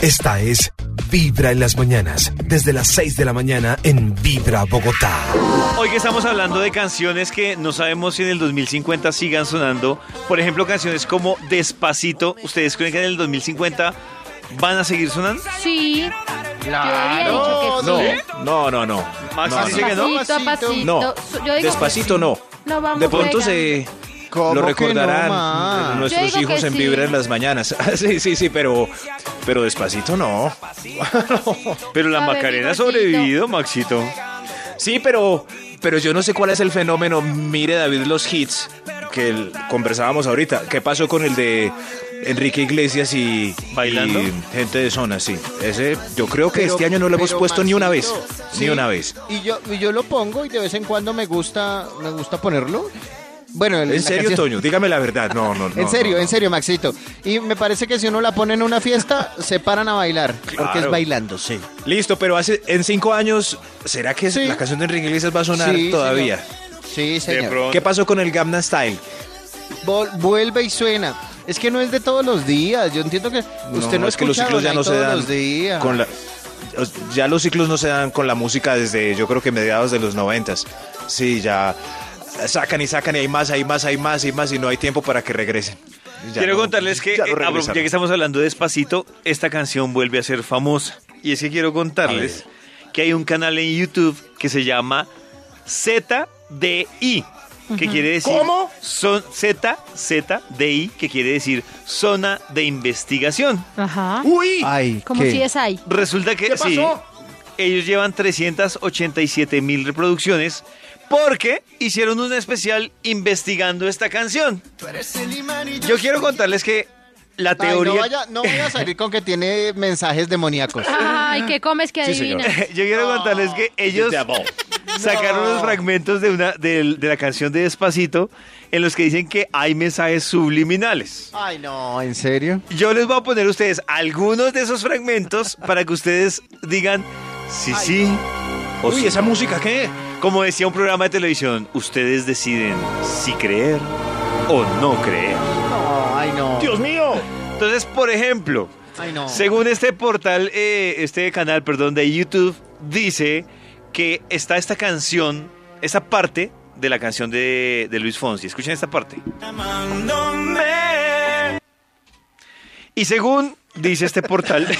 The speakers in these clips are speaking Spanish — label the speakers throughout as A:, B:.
A: Esta es Vibra en las mañanas, desde las 6 de la mañana en Vibra Bogotá.
B: Hoy que estamos hablando de canciones que no sabemos si en el 2050 sigan sonando. Por ejemplo, canciones como Despacito. ¿Ustedes creen que en el 2050 van a seguir sonando?
C: Sí. Yo
D: No,
E: ¿Eh?
C: había dicho que sí.
D: no, no, no.
B: Max
D: No,
B: dice que no.
C: Pasito a pasito.
D: No.
C: Yo digo que
D: Despacito
C: sí.
D: no.
C: No vamos
D: De pronto
C: pegando.
D: se
E: ¿Cómo que
D: lo
E: no,
D: recordarán
E: ma?
C: Yo
D: nuestros
C: digo
D: hijos
C: que
D: en
C: sí.
D: Vibra en las mañanas. sí, sí, sí, pero, pero despacito no.
B: Pero la
C: A ver,
B: Macarena ha
C: Rigollito.
B: sobrevivido, Maxito.
D: Sí, pero, pero yo no sé cuál es el fenómeno. Mire, David, los hits que el- conversábamos ahorita. ¿Qué pasó con el de Enrique Iglesias y,
B: ¿Bailando?
D: y gente de zona? Sí, ese yo creo que
E: Pero-
D: este año no lo hemos
E: pero,
D: puesto ni una vez.
E: Maxito,
D: Ni
E: sí,
D: una vez.
E: Y yo, y yo lo pongo y de vez en cuando me gusta, me gusta ponerlo. Bueno, el-
D: ¿En
E: la
D: serio,
E: canción-
D: Toño? Dígame la verdad. No, no, no.
E: En serio,
D: no,
E: en serio, Maxito. Y me parece que si uno la pone en una fiesta, se paran a bailar. Porque es
D: Claro.
E: bailando, sí.
D: no. Listo, pero hace, en cinco años, ¿será que
E: Sí.
D: la canción de Enrique Iglesias va a sonar
E: Sí,
D: todavía?
E: señor. Sí,
B: De
E: señor.
B: pronto.
D: ¿Qué pasó con el Gamna Style?
E: Vol- vuelve y suena. Es que no es de todos los días. Yo entiendo que usted no,
D: es que los
E: escucha
D: ciclos ya
E: Donay
D: no se
E: todos
D: dan
E: los días.
D: con la os- ya los ciclos no se dan con la música desde yo creo que mediados de los noventas. Sí, ya eh, sacan y sacan y hay más, hay más, hay más y más y no hay tiempo para que regresen. Ya
B: quiero
D: no-
B: contarles que,
D: ya
B: eh,
D: no
B: abro- ya
D: regresaron.
B: que estamos hablando de Despacito, esta canción vuelve a ser famosa. Y es que quiero contarles que hay un canal en YouTube que se llama ZDI, que quiere decir...
D: ¿Cómo?
B: Son Z, ZDI, que quiere decir Zona de Investigación.
C: Ajá.
D: Uy,
E: Ay,
C: Como
E: ¿qué?
C: si es ahí.
B: Resulta que sí, ellos llevan 387 mil reproducciones porque hicieron un especial investigando esta canción. Yo quiero contarles que la
E: Ay,
B: teoría...
E: no, vaya, no vaya a salir con que tiene mensajes demoníacos.
C: Ay, ¿qué comes que
D: Sí, señor.
C: adivina?
B: Yo quiero contarles que ellos sacaron
E: No.
B: unos fragmentos de, una, del- de la canción de Despacito en los que dicen que hay mensajes subliminales.
E: Ay, no, ¿en serio?
B: Yo les voy a poner a ustedes algunos de esos fragmentos para que ustedes digan si sí o
D: uy,
B: sí.
D: esa música qué?
B: Como decía un programa de televisión, ustedes deciden si creer o no creer.
E: No, ay, no.
D: mío.
B: Entonces, por ejemplo,
E: Ay, no.
B: según este portal, eh, este canal, perdón, de YouTube, dice que está esta canción, esta parte de la canción de, de Luis Fonsi. Escuchen esta parte. Y según dice este portal,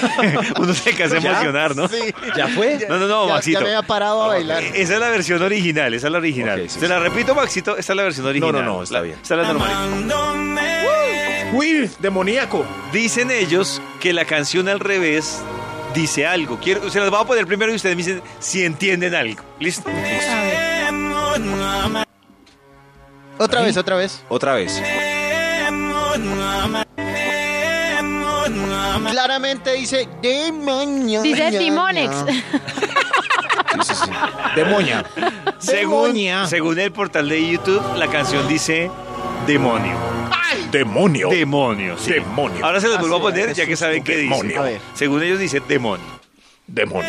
B: uno se alcanza a emocionar, ¿no?
E: Sí.
D: ¿Ya fue?
B: No, no, no,
E: Ya-
B: Maxito. eh,
E: Ya, me había parado a bailar.
B: Esa es la versión original, esa es la original.
D: Ok, sí,
B: Se la
D: sí.
B: repito, Maxito, esta es la versión original.
D: no, no, está
B: La-
D: bien.
B: Está la normal.
D: Uy, demoníaco.
B: Dicen ellos que la canción al revés dice algo. Quiero, se las voy a poner primero y ustedes me dicen si entienden algo. ¿Listo?
E: Otra vez, otra vez.
D: Otra vez.
E: Claramente dice demonio.
C: Dice Timonex.
D: Demonia.
B: Según,
D: Demonia.
B: según el portal de YouTube, la canción dice demonio.
D: Demonio.
B: Demonio. sí.
D: Demonio.
B: Ahora se los vuelvo a poner
E: es
B: ya que
E: un
B: saben qué dice.
D: demonio.
E: A ver.
B: Según ellos dice demonio.
D: Demonio.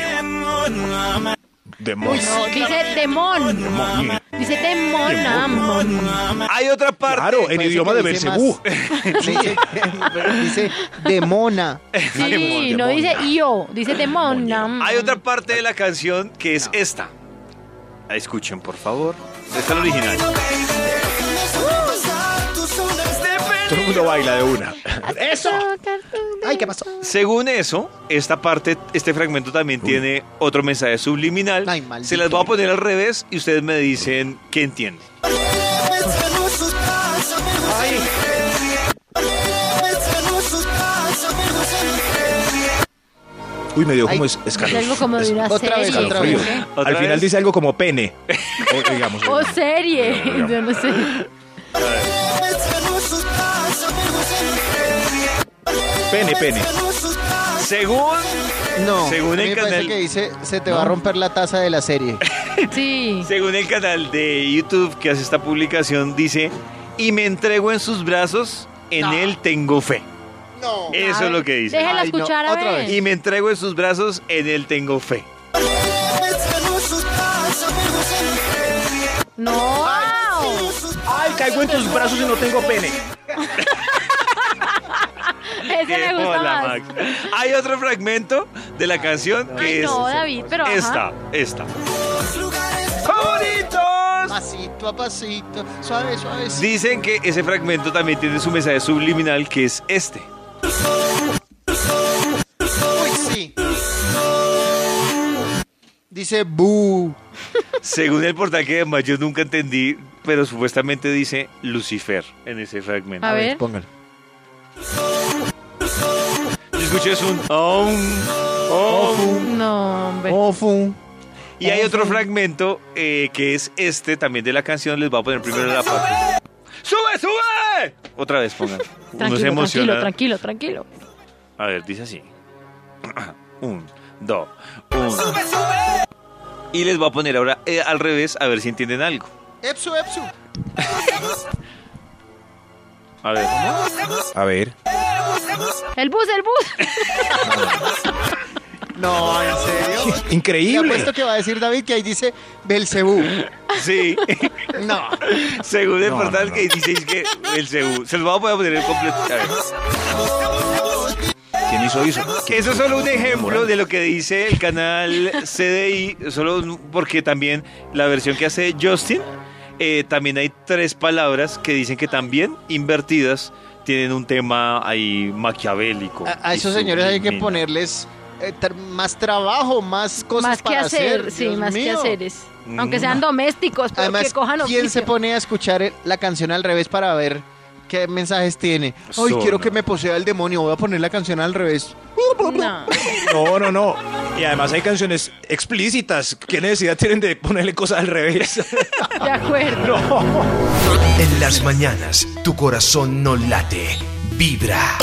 D: Demonio.
C: Dice demon. Dice demon. amon.
B: Hay otra parte.
D: Claro, en
E: Parece
D: idioma
E: que
D: de
E: dice
D: Belcebú.
E: dice, dice demona.
C: Sí, no dice yo, dice demon. am.
B: Hay
E: Mm.
B: otra parte de la canción que es esta. La Escuchen, por favor. Esta es la original.
D: Todo el mundo baila de una.
C: ¡Eso!
E: Ay, ¿qué pasó?
B: Según eso, esta parte, este fragmento también tiene otro mensaje subliminal.
E: Ay, maldito.
B: Se las voy a poner al revés y ustedes me dicen qué entienden.
D: Uy, me dio
E: Ay.
D: como es,
C: Es algo como de una
E: Otra vez,
C: serie.
E: otra vez.
C: ¿eh?
B: ¿Otra
D: Al final
B: vez?
D: dice algo como pene. O, digamos,
C: O serie, yo no sé.
D: pene, pene.
B: Según
E: No,
B: Según
E: a mí
B: el
E: me parece
B: canal-
E: que dice se te va a romper la taza de la serie.
C: Sí.
B: Según el canal de YouTube que hace esta publicación, dice, y me entrego en sus brazos, en él tengo fe.
E: No.
B: Eso es lo que dice.
C: Déjala
E: Ay, no,
C: escuchar a
E: otra
C: ver.
B: Y me entrego en sus brazos, en él tengo fe.
C: No.
D: Ay, caigo en tus brazos y no tengo pene.
C: Ese me gusta más.
B: Hay otro fragmento de la canción que
C: Ay,
B: es
C: no, David, pero ajá.
B: esta, esta. ¡Favoritos!
E: Pasito a pasito, suave, suave.
B: Dicen que ese fragmento también tiene su mensaje subliminal que es este.
E: Uy, sí. Dice bu.
B: Según el portal que además yo nunca entendí, pero supuestamente dice Lucifer en ese fragmento.
C: A ver.
E: Póngalo.
B: Yo escuché es un "Om, om".
C: No,
B: Oh,
C: hombre.
E: Ofu.
B: Y hay otro fragmento eh, que es este también de la canción. Les voy a poner primero la parte. ¡Sube, sube! Otra vez, pongan. Uno se
C: Tranquilo, tranquilo,
B: emociona.
C: tranquilo, tranquilo.
B: A ver, dice así. un, dos, uno. Y les voy a poner ahora eh, al revés a ver si entienden algo.
E: Epsu, Epsu.
B: A ver.
D: A ver.
C: El bus, el bus.
E: No, en serio. Y
D: Increíble.
E: apuesto que va a decir David que ahí dice Belcebú.
B: Sí.
E: No.
B: Según el
D: No,
B: portal
D: no, no.
B: que dice que el CU. Se los voy a poner el completo. A ver.
D: ¿Quién hizo eso?
B: Eso es solo un ejemplo de lo que dice el canal CDI, solo un- porque también la versión que hace Justin, eh, también hay tres palabras que dicen que también invertidas tienen un tema ahí maquiavélico.
E: A, a
B: y
E: esos señores hay que
B: subliminal.
E: ponerles eh, tra- más trabajo, más cosas
C: más que
E: para
C: hacer,
E: hacer.
C: sí,
E: Dios
C: más que
E: mío.
C: haceres.
B: Mm.
C: Aunque sean domésticos, pero
E: Además,
C: que cojan
E: ¿quién se
C: oficio.
E: pone a escuchar el- la canción al revés para ver qué mensajes tiene? Ay,
B: Sona.
E: quiero que me posea el demonio, voy a poner la canción al revés.
C: No.
D: No, no, no. Y además hay canciones explícitas. ¿Qué necesidad tienen de ponerle cosas al revés?
C: De acuerdo.
A: En las mañanas, tu corazón no late, vibra.